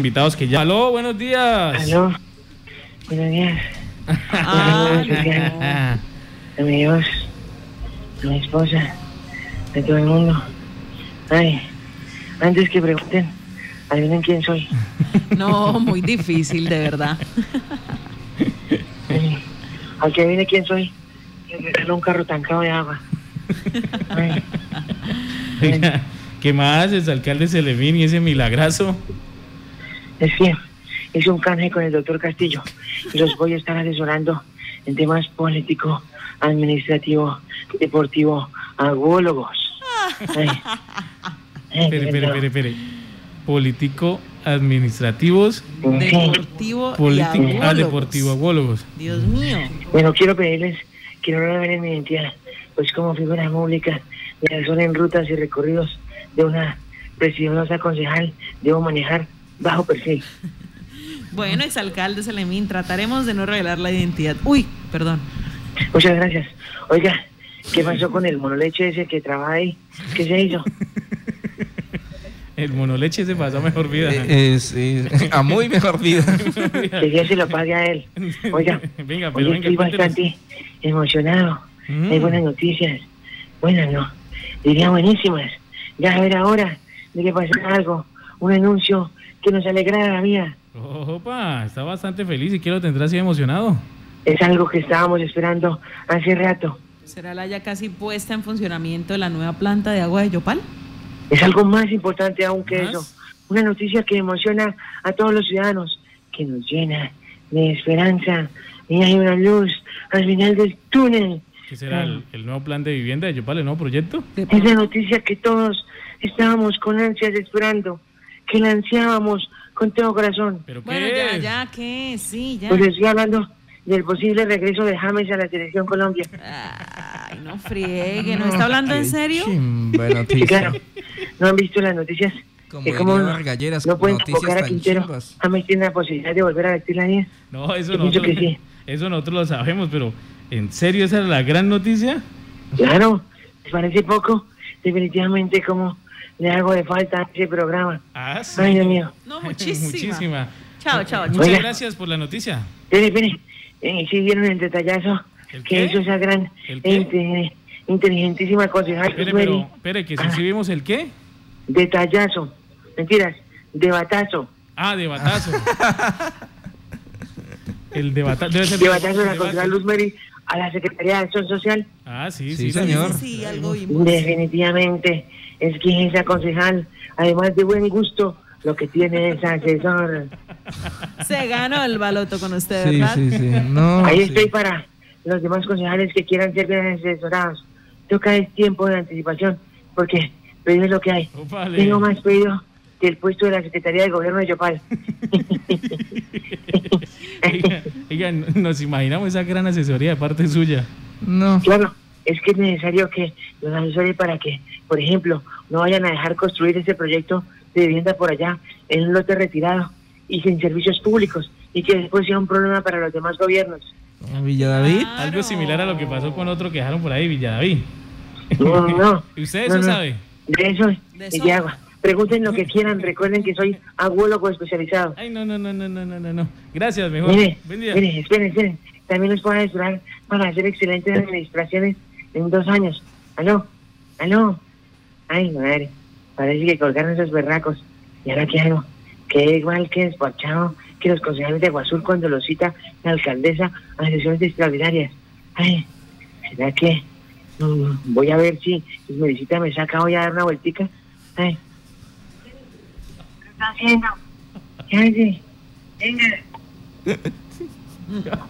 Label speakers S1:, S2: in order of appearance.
S1: invitados que ya. Aló, buenos días.
S2: Aló. Buenos días.
S3: Ah,
S2: Buenos días,
S1: Ah,
S2: A mi Dios. A mi esposa. De todo el mundo. Ay. Antes que pregunten, adivinen quién soy.
S3: no, muy difícil, de verdad.
S2: Ay, Aunque adivinen quién soy, les regalo un carro tancado de agua. Ay.
S1: oiga, ¿Qué más? El alcalde Celemín y ese milagrazo.
S2: Es que hice un canje con el doctor Castillo y los voy a estar asesorando en temas político, administrativo, deportivo, agólogos. Ay. Ay,
S1: Espere, espere, espere, espere. Político, administrativos,
S2: Sí.
S3: Deportivo y
S1: político, ah,
S3: agólogos.
S1: deportivo, agólogos.
S3: Dios mío.
S2: Bueno, Pues quiero pedirles que no revelen mi identidad, pues como figura pública, me asesoren rutas y recorridos de una prestigiosa concejal, debo manejar bajo perfil.
S3: Bueno, exalcalde Salemín, trataremos de no revelar la identidad. Uy, perdón.
S2: Muchas gracias. Oiga, ¿qué pasó con el monoleche ese que trabaja ahí? ¿Qué se hizo?
S1: El monoleche se pasa mejor vida.
S4: Eh, eh, sí, a muy mejor vida.
S3: eh.
S2: Que Dios se lo pague a él. Oiga,
S1: Venga, pero
S2: hoy
S1: venga, cuéntenos.
S2: estoy bastante emocionado.
S1: Mm.
S2: Hay buenas noticias. Buenas, no. Diría buenísimas. Ya a ver ahora de que pasó algo, un anuncio que nos alegrará la vida.
S1: Opa, está bastante feliz y que lo tendrá así emocionado.
S2: Es algo que estábamos esperando hace rato.
S3: ¿Será la ya casi puesta en funcionamiento de la nueva planta de agua de Yopal?
S2: Es algo más importante aún que
S1: ¿Más?
S2: eso. Una noticia que emociona a todos los ciudadanos, que nos llena de esperanza. Y hay una luz al final del túnel.
S1: ¿Qué será el, el nuevo plan de vivienda de Yopal, el nuevo proyecto?
S2: Es la noticia que todos estábamos con ansias esperando, que la ansiábamos con todo corazón.
S1: ¿Pero qué
S3: Bueno, ya,
S1: es?
S3: ya, ¿qué? Sí, ya.
S2: Pues les estoy hablando del posible regreso de James a la selección Colombia.
S3: Ay, no friegue, ¿no está hablando en
S4: Qué
S3: serio?
S4: Chimba
S2: Sí,
S4: noticia.
S2: claro. ¿No han visto las noticias?
S4: Como
S2: Que
S4: diría
S2: cómo
S4: Vargalleras,
S2: no pueden
S4: noticias
S2: convocar a
S4: tan
S2: Quintero.
S4: chimbas.
S2: James tiene la posibilidad de volver a vestir la 10.
S1: No, eso
S2: Yo pienso
S1: nosotros,
S2: que sí.
S1: eso nosotros lo sabemos, pero ¿en serio esa era la gran noticia?
S2: Claro, ¿les parece poco? Definitivamente como le hago de falta a ese programa.
S1: Ah, sí.
S2: Ay, Dios mío.
S3: No, muchísima.
S1: Muchísima.
S3: Chao, chao,
S1: Muchas
S2: Oiga.
S1: gracias por la noticia.
S2: Viene, viene. Eh, sí vieron el detallazo
S1: ¿El qué?
S2: que hizo esa gran
S1: ¿El
S2: e
S1: qué?
S2: inte- inteligentísima concejal
S1: Espere,
S2: Sueli.
S1: pero, espere, que si
S2: Ah.
S1: sí vimos el qué.
S2: Detallazo. Mentiras, debatazo.
S1: Ah, de batazo. el de batazo. Debe ser
S2: Debatazo de la
S1: debate.
S2: concejal Luz Mary a la Secretaría de Acción Social.
S1: Ah, sí, sí,
S4: Sí,
S1: la-
S4: señor.
S3: Sí, sí, algo vimos.
S2: Definitivamente es que esa concejal, además de buen gusto, lo que tiene es asesor.
S3: Se ganó el baloto con usted,
S4: Sí,
S3: ¿verdad?
S4: sí, sí. No,
S2: Ahí
S4: Ah, sí.
S2: estoy para los demás concejales que quieran ser bien asesorados. Toca el tiempo de anticipación, porque pedido es lo que hay.
S1: Opale.
S2: Tengo más pedido que el puesto de la Secretaría de Gobierno de Yopal.
S1: Oiga, oiga, nos imaginamos esa gran asesoría de parte suya.
S4: No.
S2: Claro, es que es necesario que los asesores para que, por ejemplo, no vayan a dejar construir ese proyecto de vivienda por allá en un lote retirado y sin servicios públicos y que después sea un problema para los demás gobiernos.
S4: Villa David.
S3: Ah,
S1: Algo similar a lo que pasó con otro que dejaron por ahí, Villadaví.
S2: No, no.
S1: ¿Y usted
S2: No,
S1: eso
S2: no.
S1: sabe?
S2: De eso
S3: De
S2: y
S3: eso.
S2: de agua. Pregunten lo que quieran, recuerden que soy agólogo especializado.
S1: Ay, no, no, no, no, no, no, no, no. Gracias, mejor.
S2: Mire,
S1: Buen día.
S2: mire, esperen, esperen. También los puedo asesorar para hacer excelentes
S1: Eh.
S2: administraciones en dos años. Aló, aló. Ay, madre, parece que colgaron esos berracos. ¿Y ahora qué hago? Que igual que despachado que los concejales de Aguasur cuando los cita la alcaldesa a sesiones extraordinarias. Ay, ¿será que mm, voy a ver si si mi visita me saca voy a dar una vueltica? Ay. ¿Qué está haciendo? ¿Qué hace? Venga.